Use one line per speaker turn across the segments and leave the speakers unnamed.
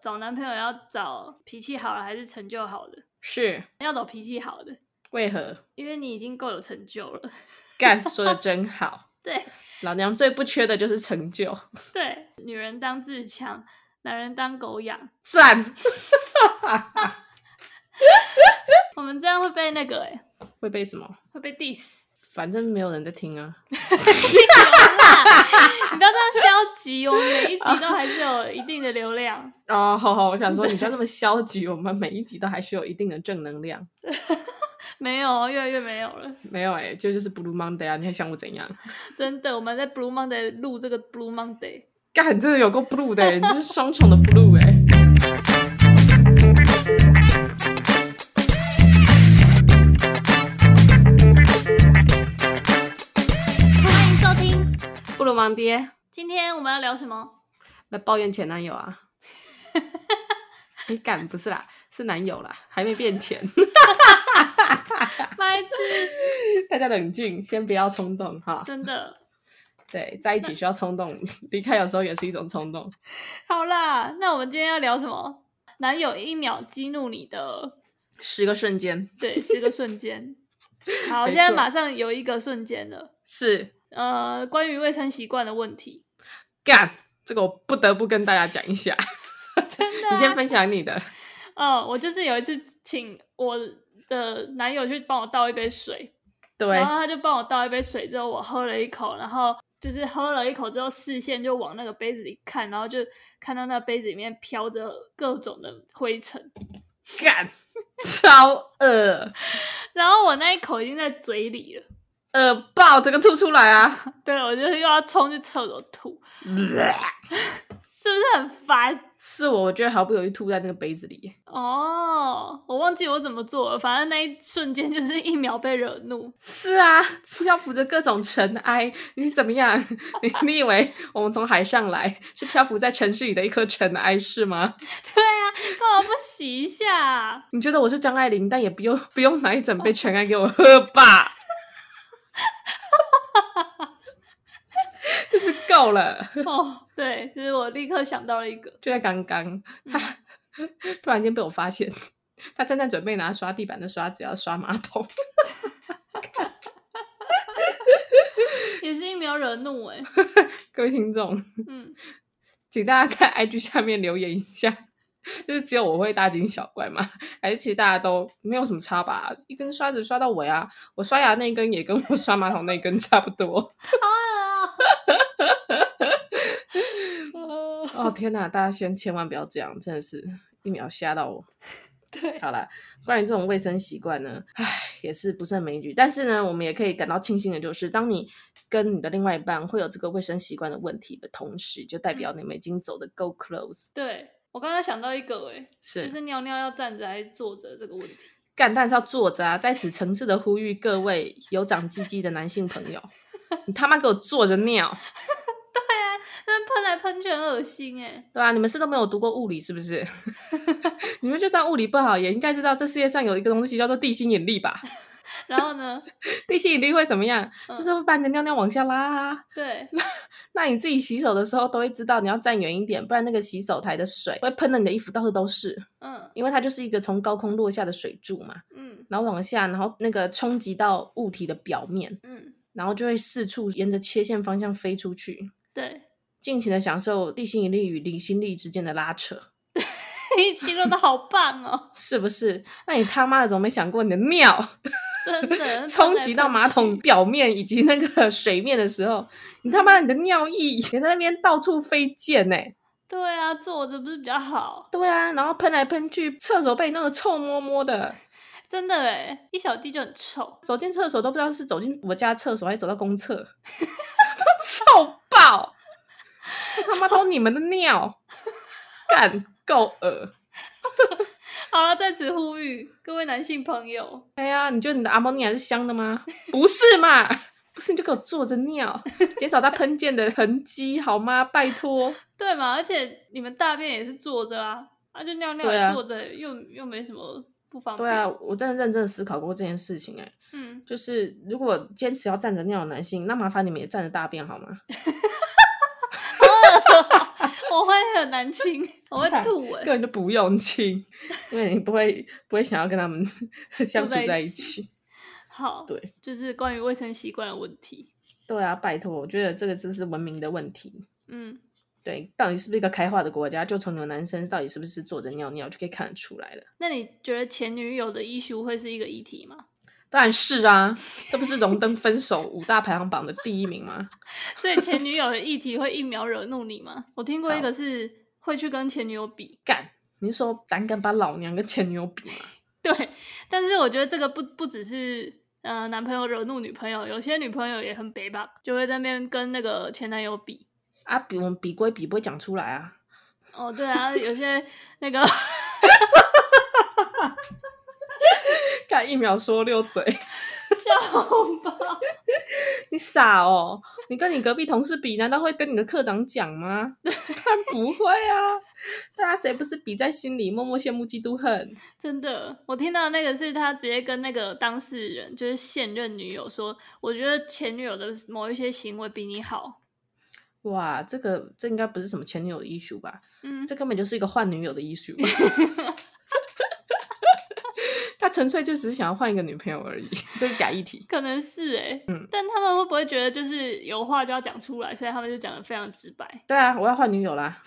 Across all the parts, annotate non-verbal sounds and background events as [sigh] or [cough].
找男朋友要找脾气好了还是成就好的？
是
要找脾气好的，
为何？
因为你已经够有成就了。 [laughs]
干说的真好，
对
老娘最不缺的就是成就，
对，女人当自强，男人当狗养。
赞！ [laughs]
我们这样会被那个哎、欸，
会被什么？
会被 diss。
反正没有人在听啊。
你不要这样消极，哦我们每一集都还是有一定的流量。
哦，好好，我想说你不要那么消极，我们每一集都还是有一定的正能量。
没有，哦越来越没有了。
没有哎、欸，这就是 Blue Monday 啊！你还想我怎样？
真的，我们在 Blue Monday 录这个 Blue Monday。
干，真的有够 Blue 的、欸，你这是双重的 Blue 哎、欸。
欢迎收听，
布鲁芒爹
今天我们要聊什么？ [laughs]
来抱怨前男友 [laughs] 啊！你敢不是啦，是男友啦，还没变钱。
白痴，
[laughs] 大家冷静，先不要冲动哈。
真的。
对，在一起需要冲动， [laughs] 离开有时候也是一种冲动。
好啦，那我们今天要聊什么？男友一秒激怒你的，
十个瞬间
对，十个瞬间。好，
[laughs] 没
现在
错
马上有一个瞬间了。
是
呃，关于卫生习惯的问题，
干，这个我不得不跟大家讲一下。
真的
你先分享你的，
嗯，我就是有一次请我的男友去帮我倒一杯水，
对
然后他就帮我倒一杯水之后，我喝了一口，然后就是喝了一口之后，视线就往那个杯子里看，然后就看到那杯子里面飘着各种的灰尘，
干，超恶
然后我那一口已经在嘴里了，
恶爆，整个吐出来 [laughs] 啊！
对我就是又要冲去厕所吐，是不是很烦？
是我，我觉得毫不犹豫吐在那个杯子里耶，
哦，我忘记我怎么做了，反正那一瞬间就是一秒被惹怒， [laughs]
是啊，漂浮着各种尘埃，你怎么样？ [laughs] 你你以为我们从海上来是漂浮在城市里的一颗尘埃是吗？
对啊，干嘛不洗一下啊、
你觉得我是张爱玲，但也不用不用拿一整杯尘埃给我喝吧，就是够了。
哦，对，就是我立刻想到了一个，
就在刚刚，他突然间被我发现，他正在准备拿刷地板的刷子要刷马桶，
也是一秒惹怒哎、
各位听众，
嗯，
请大家在 [laughs] IG 下面留言一下，就是只有我会大惊小怪吗？还是其实大家都没有什么差吧？一根刷子刷到尾啊，我刷牙那一根也跟我刷马桶那一根差不多。
呃，
哦天哪，大家先千万不要这样，真的是一秒吓到我。
[laughs] 对，
好啦，关于这种卫生习惯呢，唉，也是不胜枚举。但是呢，我们也可以感到庆幸的就是，当你跟你的另外一半会有这个卫生习惯的问题的同时，就代
嗯
表你们已经走的够 close。
[laughs] 对我刚刚想到一个哎、
是，
就是尿尿要站着还是坐着这个问题，
干，但是要坐着啊！在此诚挚的呼吁各位有长鸡鸡的男性
[laughs]
朋友，你他妈给我坐着尿，
那喷来喷去很恶心哎、
对吧、你们是都没有读过物理是不是？ [laughs] 你们就算物理不好，也应该知道这世界上有一个东西叫做地心引力吧？
然后呢，
地心引力会怎么样？
嗯
就是会把你的尿尿往下拉啊。
对，
那你自己洗手的时候都会知道你要站远一点，不然那个洗手台的水会喷的你的衣服到处都是，
嗯
因为它就是一个从高空落下的水柱嘛，
嗯
然后往下，然后那个冲击到物体的表面，
嗯，
然后就会四处沿着切线方向飞出去，
对，
尽情的享受地心引力与离心力之间的拉扯，
[laughs] 你形容的好棒哦，
是不是？那你他妈的怎么没想过你的尿
真
[laughs]
的
冲击到马桶
喷
表面以及那个 [laughs] 水面的时候，你他妈你的尿液也在那边到处飞溅欸呢、
来喷去，对啊，坐着不是比较好，
对啊，然后喷来喷去，厕所被弄得臭摸摸的，
真的哎、一小滴就很臭，
走进厕所都不知道是走进我家厕所还是走到公厕， [laughs] 他妈臭爆！这他妈都你们的尿，干够恶！
好了，在此呼吁各位男性朋友，
哎呀，你觉得你的阿猫尼亚是香的吗？不是嘛？ [laughs] 不是你就给我坐着尿，减少它喷溅的痕迹好吗？拜托，
对嘛？而且你们大便也是坐着啊，啊就尿尿
对啊
也坐着、又又没什么不方便。
对啊，，我真的认真地思考过这件事情、哎，
嗯，
就是如果坚持要站着尿的男性，那麻烦你们也站着大便好吗？
我会很难清， [laughs] 我会
啊
吐哎、
根本就不用亲，因为你不会不会想要跟他们 [laughs] 相处
住在一
在一
起
起。
好，
对，
就是关于卫生习惯的问题。
对啊，拜托，我觉得这个真是文明的问题。
嗯，
对，到底是不是一个开化的国家，就从你们男生到底是不是坐着尿尿就可以看得出来了。
那你觉得前女友的医术会是一个议题吗？
当然是啊，这不是荣登分手五大排行榜的第一名吗？
[laughs] 所以前女友的议题会一秒惹怒你吗？我听过一个是会去跟前女友比， [laughs]
干，你是说胆敢把老娘跟前女友比吗？
对，但是我觉得这个不不只是呃男朋友惹怒女朋友，有些女朋友也很北吧，就会在那边跟那个前男友比。
啊，比我们比归比，不会讲出来啊。 [laughs]
哦，对啊，有些那个 [laughs]
看一秒说溜嘴，
笑吧，
你傻哦！你跟你隔壁同事比，难道会跟你的课长讲吗？ [laughs] 但不会啊，大家谁不是比在心里，默默羡慕嫉妒恨？
[laughs] 真的，我听到那个是他直接跟那个当事人，就是现任女友说，我觉得前女友的某一些行为比你好。
哇，这个这应该不是什么前女友的 issue 吧？
嗯，
这根本就是一个换女友的 issue [laughs] 吧。他纯粹就只是想要换一个女朋友而已， [laughs] 这是假议题。
可能是哎、
嗯
但他们会不会觉得就是有话就要讲出来，所以他们就讲的非常直白？
对啊，我要换女友 [laughs] 啦。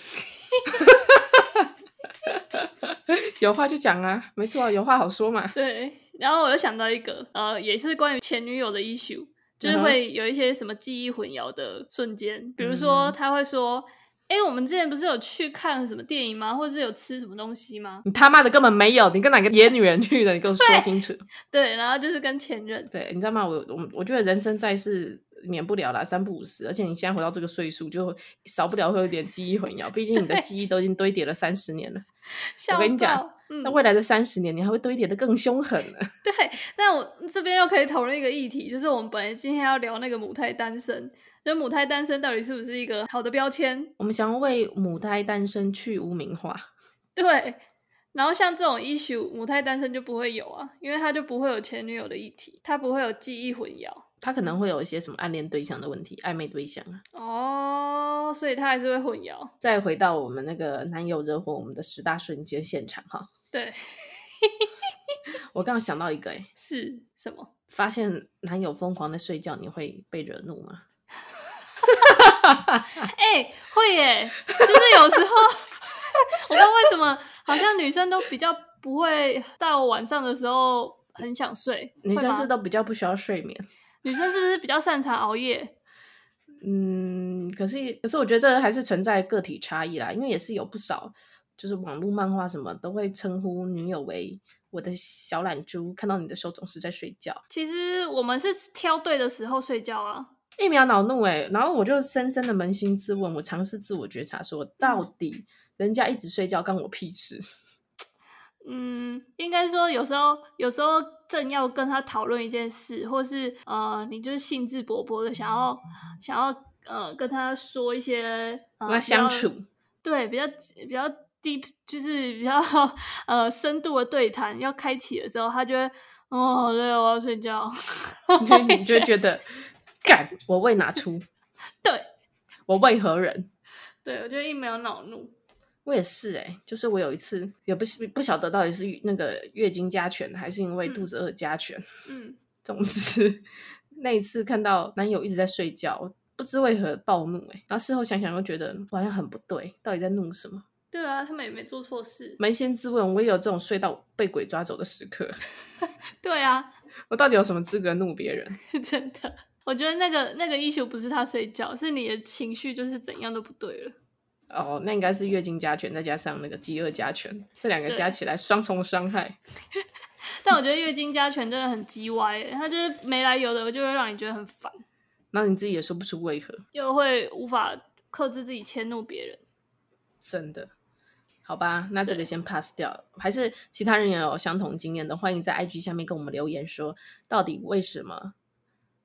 有话就讲啊，没错，有话好说嘛。
对，然后我又想到一个，呃，也是关于前女友的 issue，就是
嗯哼
会有一些什么记忆混淆的瞬间，比如说
嗯
他会说。哎、我们之前不是有去看什么电影吗？或者是有吃什么东西吗？
你他妈的根本没有，你跟哪个野女人去的？你给我说
对
清楚。
对，然后就是跟前任，
对，你知道吗？我我我觉得人生在世免不了啦，三不五十。而且你现在回到这个岁数，就少不了会有点记忆混淆，毕竟你的记忆都已经堆叠了三十年了。
笑
跟你讲
爆，嗯
那，未来的三十年，你还会堆叠的更凶狠呢。 [laughs]
对，但我这边又可以讨论一个议题，就是我们本来今天要聊那个母胎单身，就母胎单身到底是不是一个好的标签？
我们想要为母胎单身去污名化。
[laughs] 对，然后像这种 issue，母胎单身就不会有啊，因为他就不会有前女友的议题，他不会有记忆混淆
他可能会有一些什么暗恋对象的问题、暧昧对象啊。
哦，所以他还是会混淆。
再回到我们那个男友惹火我们的十大瞬间现场哈，
对，
我刚刚想到一个诶、欸
是什么？
发现男友疯狂的睡觉，你会被惹怒吗？
哎、会耶，就是有时候， [laughs] 我不知道为什么，好像女生都比较不会到晚上的时候很想睡，
女
会
生
吗
是都比较不需要睡眠，
女生是不是比较擅长熬夜？
嗯，可是可是我觉得这还是存在个体差异啦，因为也是有不少就是网络漫画什么都会称呼女友为我的小懒猪，看到你的时候总是在睡觉。
其实我们是挑对的时候睡觉啊。
一秒恼怒哎、然后我就深深的扪心自问，我尝试自我觉察说，到底人家一直睡觉干我屁事？
嗯，应该说有时候，有时候正要跟他讨论一件事，或是呃，你就是兴致勃勃的想要想要呃跟他说一些呃
跟他
比较
相处， [laughs]
对比较比较 deep，就是比较呃深度的对谈要开启的时候，他就会哦好累，我要睡
[laughs]
觉。 [laughs]
你就觉得干我为哪出？
对
我为何人？
对，我就一没有恼怒，
我也是哎、就是我有一次也不是不晓得到底是那个月经加权，还是因为肚子饿加权。
嗯，
总之 [laughs] 那一次看到男友一直在睡觉，我不知为何暴怒哎、然后事后想想又觉得我好像很不对，到底在弄什么？
对啊，他们也没做错事， [laughs]
扪心自问，我也有这种睡到被鬼抓走的时刻。
对啊， [laughs]
我到底有什么资格怒别人？
真的，我觉得那个那个 issue 不是他睡觉，是你的情绪就是怎样都不对了。
哦，那应该是月经加权，再加上那个饥饿加权，这两个
对
加起来双重伤害。
但我觉得月经加权真的很鸡歪耶，它就是没来由的，就会让你觉得很烦，
然后你自己也说不出为何，
又会无法克制自己迁怒别人。
真的。好吧，那这
对
个先 pass 掉。还是其他人也有相同经验的，欢迎在 IG 下面跟我们留言说，到底为什么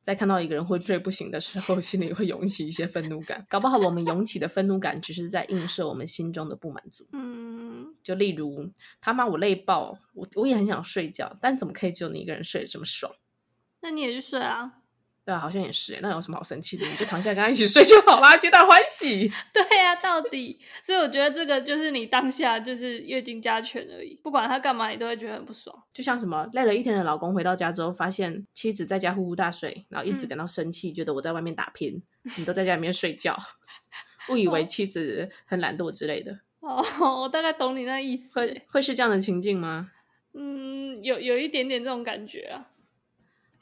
在看到一个人昏睡不醒的时候， [laughs] 心里会涌起一些愤怒感？搞不好我们涌起的愤怒感，只是在映射我们心中的不满足。
嗯，
就例如，他妈我累爆，我我也很想睡觉，但怎么可以只有你一个人睡得这么爽？
那你也去睡啊。 [laughs]
对对啊，好像也是欸。那有什么好生气的？你就躺下跟他一起睡就好啦，皆大欢喜。
对呀、到底，所以我觉得这个就是你当下就是阅尽加权而已，不管他干嘛，你都会觉得很不爽。
就像什么累了一天的老公回到家之后，发现妻子在家呼呼大睡，然后一直
嗯
感到生气，觉得我在外面打拼，你都在家里面睡觉， [laughs] 误以为妻子很懒惰之类的，
哦，我大概懂你那意思欸。
会会是这样的情境吗？
嗯，有有一点点这种感觉啊。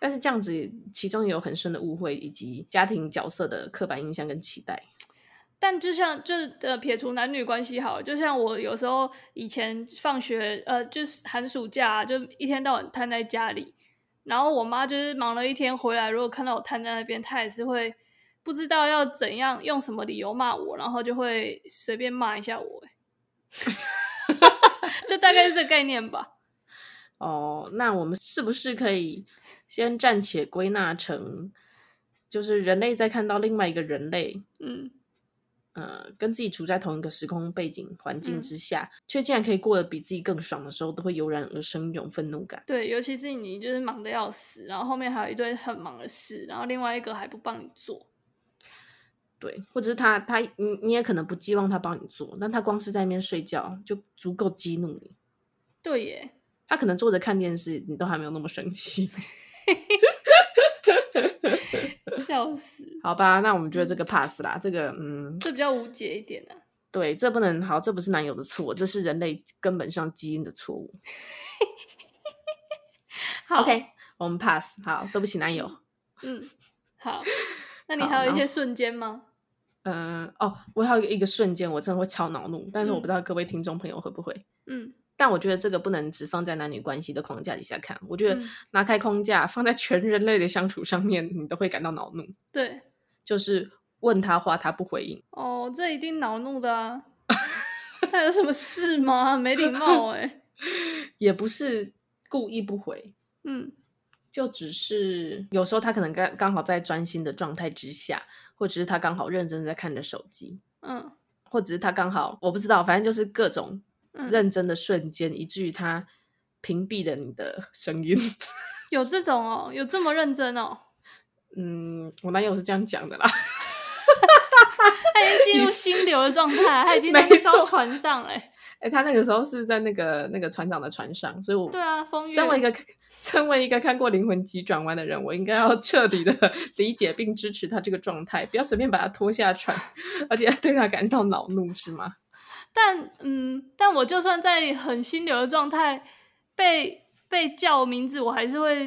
但是这样子，其中也有很深的误会，以及家庭角色的刻板印象跟期待。
但就像就呃，撇除男女关系好了，就像我有时候以前放学呃，就是寒暑假啊、就一天到晚瘫在家里，然后我妈就是忙了一天回来，如果看到我瘫在那边，她也是会不知道要怎样用什么理由骂我，然后就会随便骂一下我欸， [laughs] 就大概是这个概念吧。
哦，那我们是不是可以先暂且归纳成，就是人类在看到另外一个人类，
嗯，
呃，跟自己处在同一个时空背景环境
嗯
之下，却竟然可以过得比自己更爽的时候，都会油然而生一种愤怒感。
对，尤其是你就是忙得要死，然后后面还有一堆很忙的事，然后另外一个还不帮你做。
对，或者是他他你你也可能不寄望他帮你做，但他光是在那边睡觉就足够激怒你。
对耶，
他可能坐着看电视，你都还没有那么生气。 [laughs]
笑死，
好吧，那我们觉得
嗯
这个 pass 啦，这个嗯，
这比较无解一点啊。
对，这不能好，这不是男友的错，这是人类根本上基因的错误。
好
OK，我们 pass。好，对不起，男友。
嗯，
[laughs]
好，那你
好
还有
然
一
后
些瞬间吗？
嗯、哦，我还有一个瞬间，我真的会超恼怒，但是我
嗯
不知道各位听众朋友会不会。
嗯，
但我觉得这个不能只放在男女关系的框架底下看，我觉得
嗯
拿开框架，放在全人类的相处上面，你都会感到恼怒。
对，
就是问他话，他不回应，
哦，这一定恼怒的
[laughs]
啊。他有什么事吗？没礼
[laughs]
貌哎、
也不是故意不回，
嗯
就只是有时候他可能刚刚好在专心的状态之下，或者是他刚好认真地在看着手机，
嗯
或者是他刚好我不知道，反正就是各种
嗯，
认真的瞬间，以至于他屏蔽了你的声音。 [laughs]
有这种哦，有这么认真哦。
嗯，我男友是这样讲的啦，
他已经进入心流的状态，他
[laughs]
已经在
没
那艘
错
船上欸嘞、
哎、他那个时候是在那个那个船长的船上，所以我
对啊，风月。
身为一个 [laughs] 身为一个看过《灵魂急转弯》的人，我应该要彻底 [laughs] 的理解并支持他这个状态，不要随便把他拖下船，而且对他感到恼怒，是吗？
但嗯，但我就算在很心流的状态被被叫名字，我还是会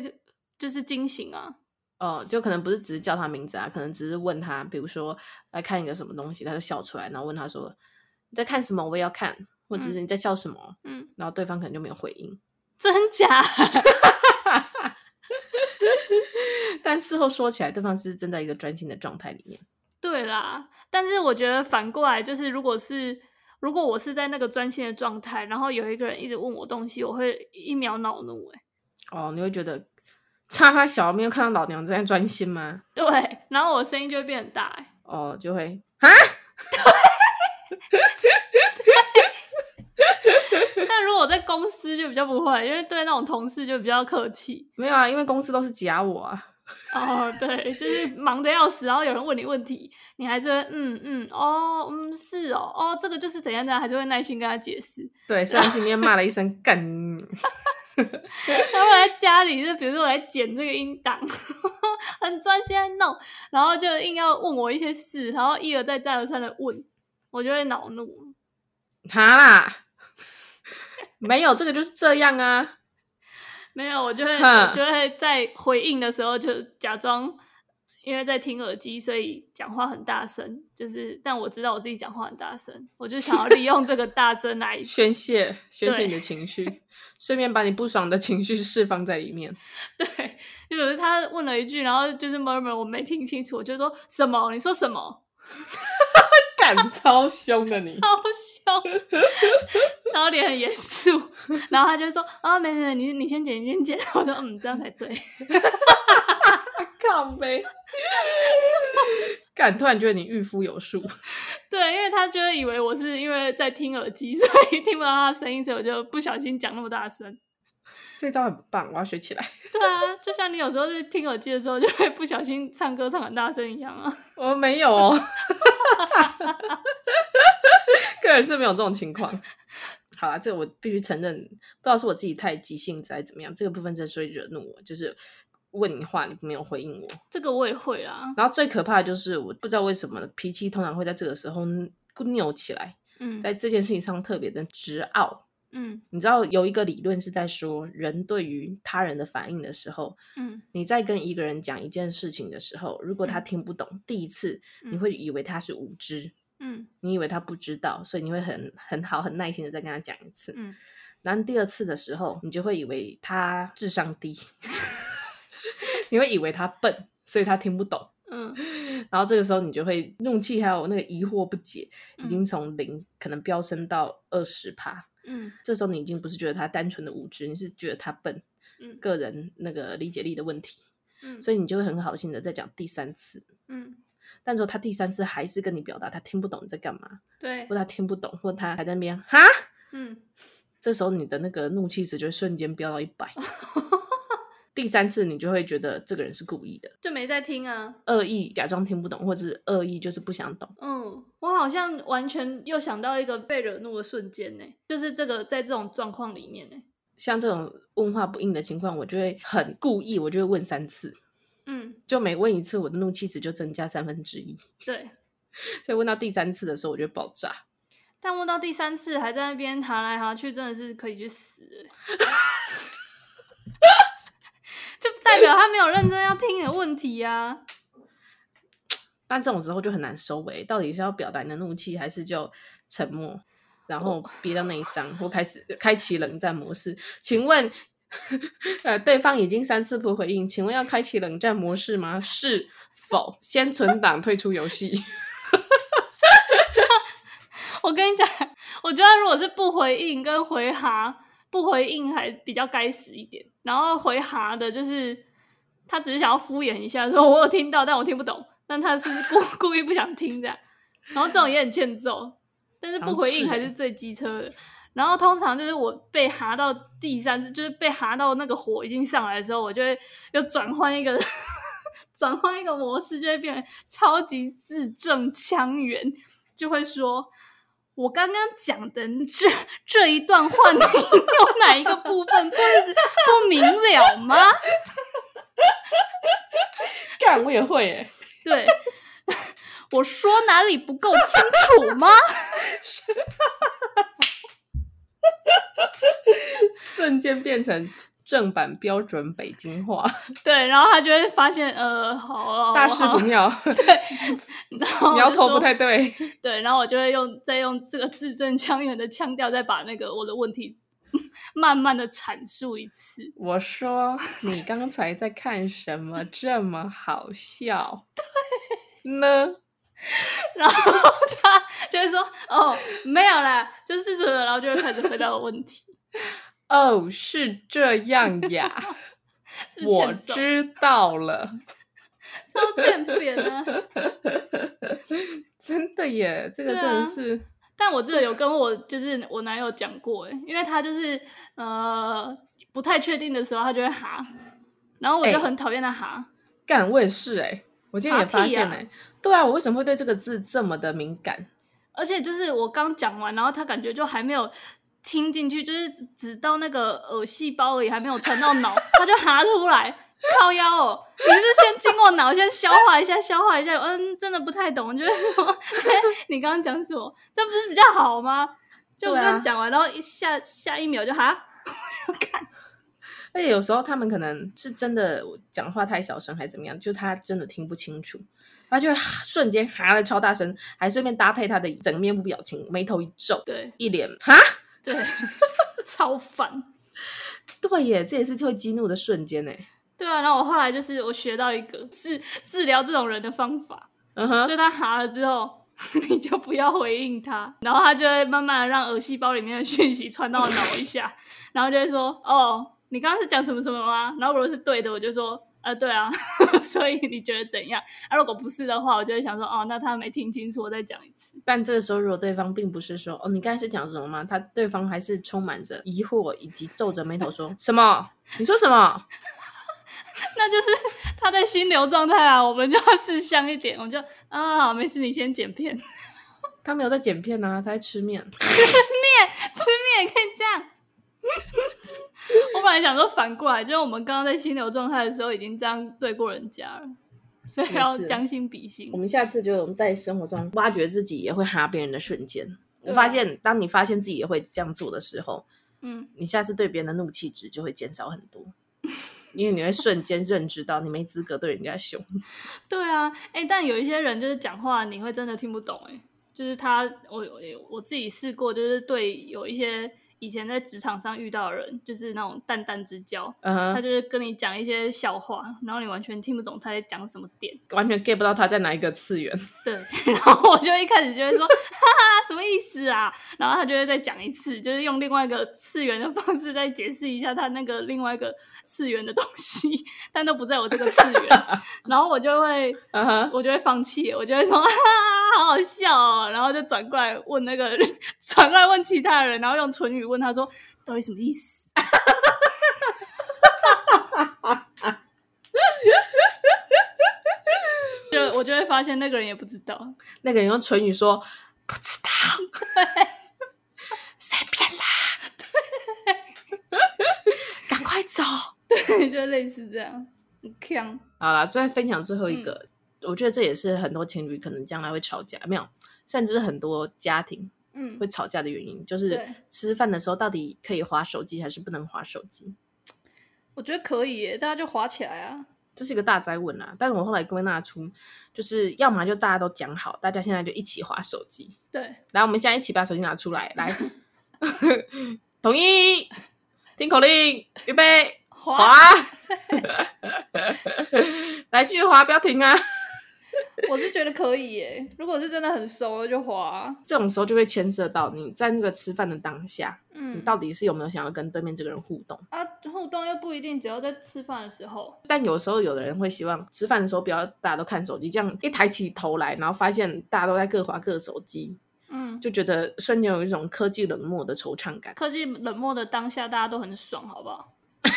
就是惊醒啊。
哦，就可能不是只是叫他名字啊，可能只是问他，比如说来看一个什么东西，他就笑出来，然后问他说你在看什么，我也要看，或者是你在笑什么，
嗯，
然后对方可能就没有回应。 [laughs]
真假？
但事后说起来，对方是正在一个专心的状态里面。
对啦，但是我觉得反过来就是，如果是如果我是在那个专心的状态，然后有一个人一直问我东西，我会一秒恼怒、欸。 [laughs]
哦，你会觉得擦他小，没有看到老娘在专心吗？
对，然后我声音就会变很大、欸。
哦，就会
但如果我在公司就比较不会，因为对那种同事就比较客气。
没有啊，因为公司都是夹我啊。
哦，对，就是忙得要死，然后有人问你问题，你还是会嗯嗯哦嗯是哦哦，这个就是怎样怎样，还是会耐心跟他解释。
对，虽然心里面骂了一声干，
然后我在家里，就比如说我在剪这个音档， [laughs] 很专心在弄，然后就硬要问我一些事，然后一而再再而三的问，我就会恼怒。
哈啦，没有这个就是这样啊。
没有，我就会
哼
我就会在回应的时候就假装，因为在听耳机，所以讲话很大声。就是，但我知道我自己讲话很大声，我就想要利用这个大声来
[laughs] 宣泄宣泄
对
你的情绪，顺便把你不爽的情绪释放在里面。
对，就有时他问了一句，然后就是 murmur，我没听清楚，我就说什么？你说什么？
干超凶的你，
好
[laughs]
凶，然后脸很严肃，然后他就说啊，没没没，你你先剪，你先剪。 [laughs] 我说嗯，这样才
[laughs]
对。
靠呗。 [laughs] 干，突然觉得你御夫有术。
对，因为他就会以为我是因为在听耳机，所以听不到他的声音，所以我就不小心讲那么大声。
这招很棒，我要学起来。
对啊，就像你有时候在听耳机的时候，就会不小心唱歌唱很大声一样啊。
我没有哦， [laughs] 个人是没有这种情况。好啦，这个我必须承认，不知道是我自己太急性子还是怎么样，这个部分真是会惹怒我，就是问你话你没有回应我，
这个我也会啊啦。
然后最可怕的就是我不知道为什么脾气通常会在这个时候扭起来，
嗯
在这件事情上特别的执拗。
嗯
你知道有一个理论是在说，人对于他人的反应的时候，
嗯，
你在跟一个人讲一件事情的时候，如果他
嗯
听不懂，第一次你
嗯
会以为他是无知，
嗯
你以为他不知道，所以你会很很好、很耐心的再跟他讲一次。
嗯，
然后第二次的时候，你就会以为他智商低， [laughs] 你会以为他笨，所以他听不懂。
嗯
然后这个时候你就会怒气还有那个疑惑不解，已
嗯
经从零可能飙升到二十趴。
嗯
这时候你已经不是觉得他单纯的无知，你是觉得他笨，
嗯
个人那个理解力的问题，
嗯，
所以你就会很好心的再讲第三次。
嗯
但如果他第三次还是跟你表达他听不懂你在干嘛，
对
或，他听不懂，或他还在那边哈，
嗯
这时候你的那个怒气值就会瞬间飙到一百。第三次你就会觉得这个人是故意的，
就没在听啊。
恶意假装听不懂，或者是恶意就是不想懂。
嗯，我好像完全又想到一个被惹怒的瞬间呢、就是这个在这种状况里面呢、
像这种问话不应的情况，我就会很故意，我就会问三次，
嗯，
就每问一次，我的怒气值就增加三分之一。
对。
所以问到第三次的时候，我就爆炸。
但问到第三次还在那边爬来爬去，真的是可以去死了， [laughs] 就代表他没有认真要听你的问题啊呀、
但这种时候就很难收尾，到底是要表达你的怒气，还是就沉默，然后憋到内伤，或开始开启冷战模式？请问，呃，对方已经三次不回应，请问要开启冷战模式吗？是否先存档退出游戏？ [laughs]
我跟你讲，我觉得如果是不回应跟回哈，不回应还比较该死一点，然后回哈的就是他只是想要敷衍一下，说我有听到，但我听不懂，但他是故故 [laughs] 意不想听的，然后这种也很欠揍，但是不回应还是最机车的。然后通常就是我被哈到第三次，就是被哈到那个火已经上来的时候，我就会又转换一个 [laughs] 转换一个模式，就会变成超级字正腔圆，就会说：“我刚刚讲的这这一段话，你有哪一个部分不不明了吗
干，我也会耶。？”
对， [laughs] 我说哪里不够清楚吗？
[laughs] 瞬间变成正版标准北京话，
对，然后他就会发现，呃，好，
大事不
好
妙，
然后
苗
我就
头不
说
太对。 [laughs]
对，然后我就会用再用这个字正腔圆的腔调，再把那个我的问题 [laughs] 慢慢的阐述一次。
我说你刚才在看什么？这么好笑？对呢？
然后他就会说：“哦，没有啦，就是什么。”然后就会开始回答我问题。
哦，是这
[laughs]
样呀，
是不是
我
欠揍
知道了，
超欠扁啊！ [laughs]
真的耶，这个
对
真的
啊
是，
但我这个有跟我就是我男友讲过，哎，因为他就是呃不太确定的时候，他就会哈，然后我
哎
就很讨厌他哈。
干，我也是哎，我今天也
哈屁
发现
呀
哎，对啊，我为什么会对这个字这么的敏感？
而且就是我刚讲完，然后他感觉就还没有听进去，就是只到那个耳细胞而已，还没有传到脑，他就哈出来，靠腰哦！你就先经过脑，先消化一下，消化一下。嗯，真的不太懂，就是说、哎你刚刚讲什么？这不是比较好吗？就我
对啊
刚讲完，然后一下下一秒就哈，
而且有时候他们可能是真的我讲话太小声，还怎么样，就他真的听不清楚，他就会哈瞬间哈的超大声，还顺便搭配他的整个面部表情，眉头一皱， [laughs]
对
一脸哈，
对，超烦。
对耶，这也是会激怒的瞬间哎，
对啊，然后我后来就是我学到一个治治疗这种人的方法，
嗯哼，
就他哈了之后， [laughs] 你就不要回应他，然后他就会慢慢的让耳细胞里面的讯息传 [laughs] 到脑一下，然后就会说：“哦，你刚刚是讲什么什么吗？”然后如果是对的，我就说：“呃，对啊， [laughs] 所以你觉得怎样？啊，如果不是的话，我就会想说，哦，那他没听清楚，我再讲一次。 [laughs]
但这个时候，如果对方并不是说“哦，你刚才是讲什么吗？”他对方还是充满着疑惑以及皱着眉头说：“ [laughs] 什么？你说什么
那就是他在心流状态啊，我们就要识相一点，我们就啊，没事，你先剪片，吃？”
他没有在剪片啊，他在吃面。
面也可以这样。 [laughs] 我本来想说反过来，就是我们刚刚在心流状态的时候已经这样对过人家了，所以
也
要
是
将心比心
我。们下次就我们在生活中挖掘自己也会哈别人的瞬间。我
对啊
发现，当你发现自己也会这样做的时候，
嗯，
你下次对别人的怒气值就会减少很
[laughs]
多，因为你会瞬间认知到你没资格对人家凶。
对啊，哎、但有一些人就是讲话你会真的听不懂、哎，就是他，我我我自己试过，就是对有一些以前在职场上遇到的人，就是那种淡淡之交，
嗯
他
哼，
就是跟你讲一些笑话，然后你完全听不懂他在讲什么点，
完全 get 不到他在哪一个次元。
对， [laughs] 然后我就一开始就会说哈哈什么意思啊，然后他就会再讲一次，就是用另外一个次元的方式再解释一下他那个另外一个次元的东西，但都不在我这个次元， [laughs] 然后我就会
嗯哼，
我就会放弃，我就会说 [laughs] 哈哈好好笑哦，然后就转过来问那个人， [laughs] 转过来问其他人，然后用唇语问他说到底什么意思。 [laughs] 就我就会发现那个人也不知道， [laughs]
那个人用唇语说不知道，随便啦，赶快走。
就类似这样，很强。
[laughs] 好啦，再分享最后一个，我觉得这也是很多情侣可能将来会吵架，没有，甚至是很多家庭
嗯
会，吵架的原因，就是
对
吃饭的时候到底可以划手机还是不能划手机，
我觉得可以耶，大家就滑起来啊。
这是一个大灾问啊。但是我后来归纳出，就是要么就大家都讲好，大家现在就一起划手机，
对，
来，我们现在一起把手机拿出来， [laughs] 来，统一听口令，预备，
滑
滑， [laughs] 来继续滑，不要停啊！
我是觉得可以耶。如果是真的很熟了，就滑啊、
这种时候就会牵涉到你在那个吃饭的当下，你
嗯
到底是有没有想要跟对面这个人互动？
啊，互动又不一定只要在吃饭的时候。
但有时候有的人会希望吃饭的时候不要大家都看手机，这样一抬起头来，然后发现大家都在各划各手机，
嗯，
就觉得瞬间有一种科技冷漠的惆怅感。
科技冷漠的当下，大家都很爽，好不好？ [laughs]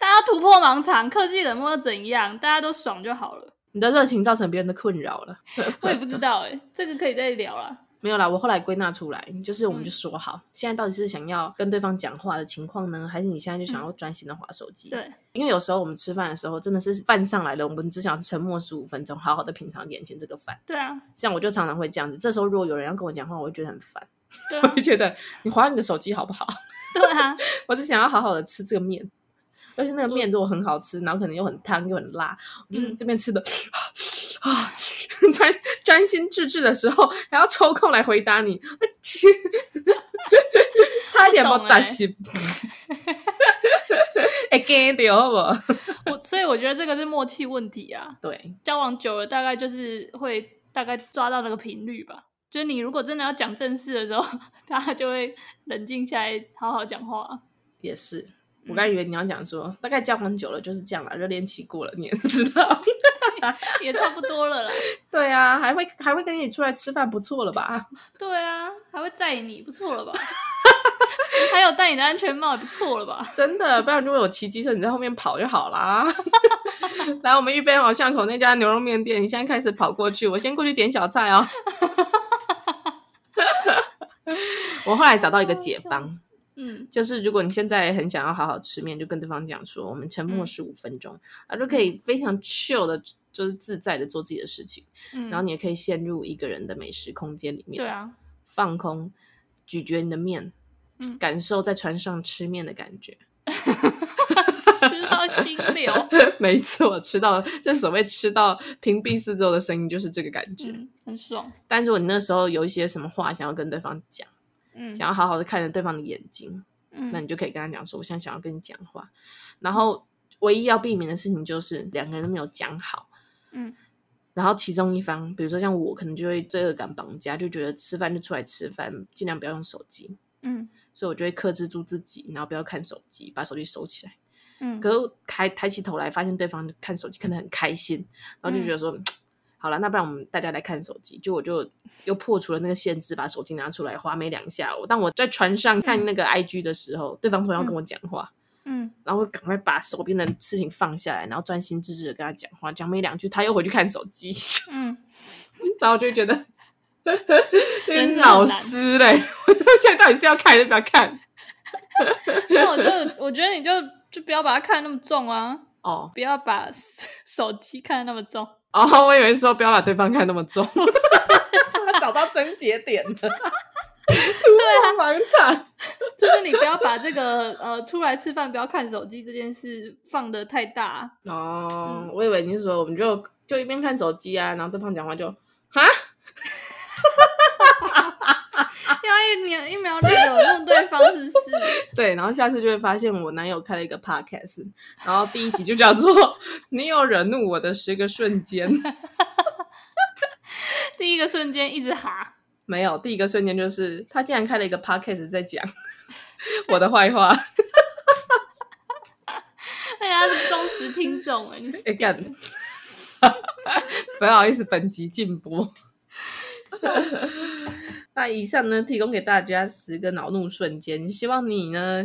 大家突破盲肠，科技冷漠又怎样？大家都爽就好了。
你的热情造成别人的困扰了。
我也不知道哎、这个可以再聊啦。
没有啦，我后来归纳出来，就是我们
嗯
就说好，现在到底是想要跟对方讲话的情况呢，还是你现在就想要专心的划手机？，
嗯对，
因为有时候我们吃饭的时候，真的是饭上来了，我们只想沉默十五分钟，好好的品尝眼前这个饭。
对啊，
像我就常常会这样子，这时候如果有人要跟我讲话，我会觉得很
[laughs]
烦，
对
我
啊
[laughs] 会，觉得你划你的手机好不好？
对啊，
我只想要好好的吃这个面，而且那个面如果很好吃，然后可能又很烫又很辣，我就是
嗯
这边吃的啊， [laughs] 专专心致志的时候，还要抽空来回答你， [laughs] 差一点把
我
我
懂
扎
欸 [laughs]
心。哎，干掉好不好？
我所以我觉得这个是默契问题啊。
哦对，
交往久了，大概就是会大概抓到那个频率吧。就是你如果真的要讲正事的时候， [laughs] 大家就会冷静下来，好好讲话。
也是。我
嗯
刚以为你要讲说，大概交往久了就是这样了，热恋期过了，你也知道。 [laughs]
也差不多了啦。
对啊，还会还会跟你出来吃饭，不错了吧？
对啊，还会载你，不错了吧？ [laughs] 还有戴你的安全帽，也不错了吧？
真的，不然如果有骑机车，你在后面跑就好啦。 [laughs] 来，我们预备好巷口那家牛肉面店，你现在开始跑过去，我先过去点小菜哦。 [laughs] 我后来找到一个解方，
嗯，
就是如果你现在很想要好好吃面，就跟对方讲说，我们沉默
嗯
十五分钟，啊，就可以非常 chill 的，就是自在的做自己的事情，
嗯
然后你也可以陷入一个人的美食空间里面，
对，啊，
放空，咀嚼你的面，
嗯
感受在船上吃面的感觉。
吃到心
[laughs]
流。
每一次我吃到，正所谓吃到屏蔽四周的声音，就是这个感觉。
嗯，很爽。
但如果你那时候有一些什么话想要跟对方讲，
嗯，
想要好好的看着对方的眼睛，那
嗯
你就可以跟他讲说，我现在想要跟你讲话。然后唯一要避免的事情就是两个人都没有讲好，
嗯，
然后其中一方，比如说像我，可能就会罪恶感绑架，就觉得吃饭就出来吃饭，尽量不要用手机。
嗯
所以我就会克制住自己，然后不要看手机，把手机收起来。
嗯
可是抬抬起头来，发现对方看手机看得很开心，
嗯
然后就觉得说，好了，那不然我们大家来看手机。就我就又破除了那个限制，把手机拿出来滑没两下。我当我在船上看那个 IG 的时候，对方突然要跟我讲话，
嗯，
然后赶快把手边的事情放下来，然后专心致志的跟他讲话，讲没两句，他又回去看手机， [laughs]
嗯，
然后我就觉得， [laughs] 这
人生
个
很难
老师嘞， [laughs] 我都现在到底是要看还是不要看？
那我就我觉得你就就不要把它看得那么重啊，
哦
不要把手 [laughs] 机看得那么重。
哦，我以为是说不要把对方看那么重， [laughs] 找到症结点 [laughs] 了，对啊，蛮惨。
就是你不要把这个呃出来吃饭不要看手机这件事放的太
[laughs]
大，
[laughs] 哦
嗯，
我以为你是说我们就就一边看手机啊，然后对方讲话就哈，
要一秒一秒惹怒对方是不是？ [laughs]
对，然后下次就会发现我男友开了一个 podcast，然后第一集就叫做“你有惹怒我的十个瞬间
第一个瞬间一直哈，”。
没有，第一个瞬间就是他竟然开了一个 podcast 在讲 [laughs] 我的坏话。
[laughs] 哎呀，他是忠实听众哎，你是
哎干，不好意思，本集禁播。那以上呢，提供给大家十个恼怒瞬间，希望你呢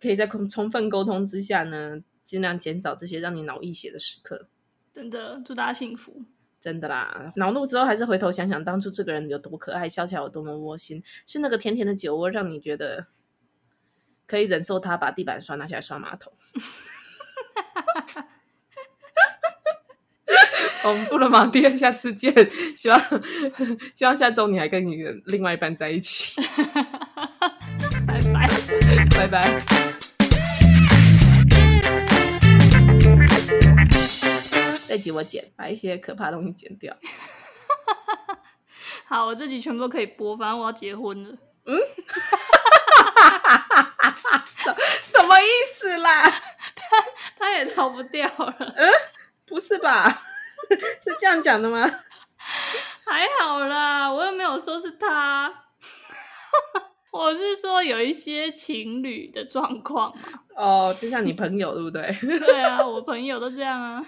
可以在充充分沟通之下呢，尽量减少这些让你脑溢血的时刻。
真的，祝大家幸福。
真的啦，恼怒之后还是回头想想当初这个人有多可爱，笑起来有多么窝心，是那个甜甜的酒窝让你觉得可以忍受他把地板刷拿起来刷马桶。我们哦不能忙第二下次见，希望希望下周你还跟你的另外一半在一起，
拜拜。
拜拜。这集我剪，把一些可怕的东西剪掉。
好，我这集全部都可以播，反正我要结婚了。
什么意思啦？
他也逃不掉了，
不是吧？ [laughs] 是这样讲的吗？
还好啦，我又没有说是他， [laughs] 我是说有一些情侣的状况嘛。
哦，就像你朋友对不对？
对啊，我朋友都这样啊。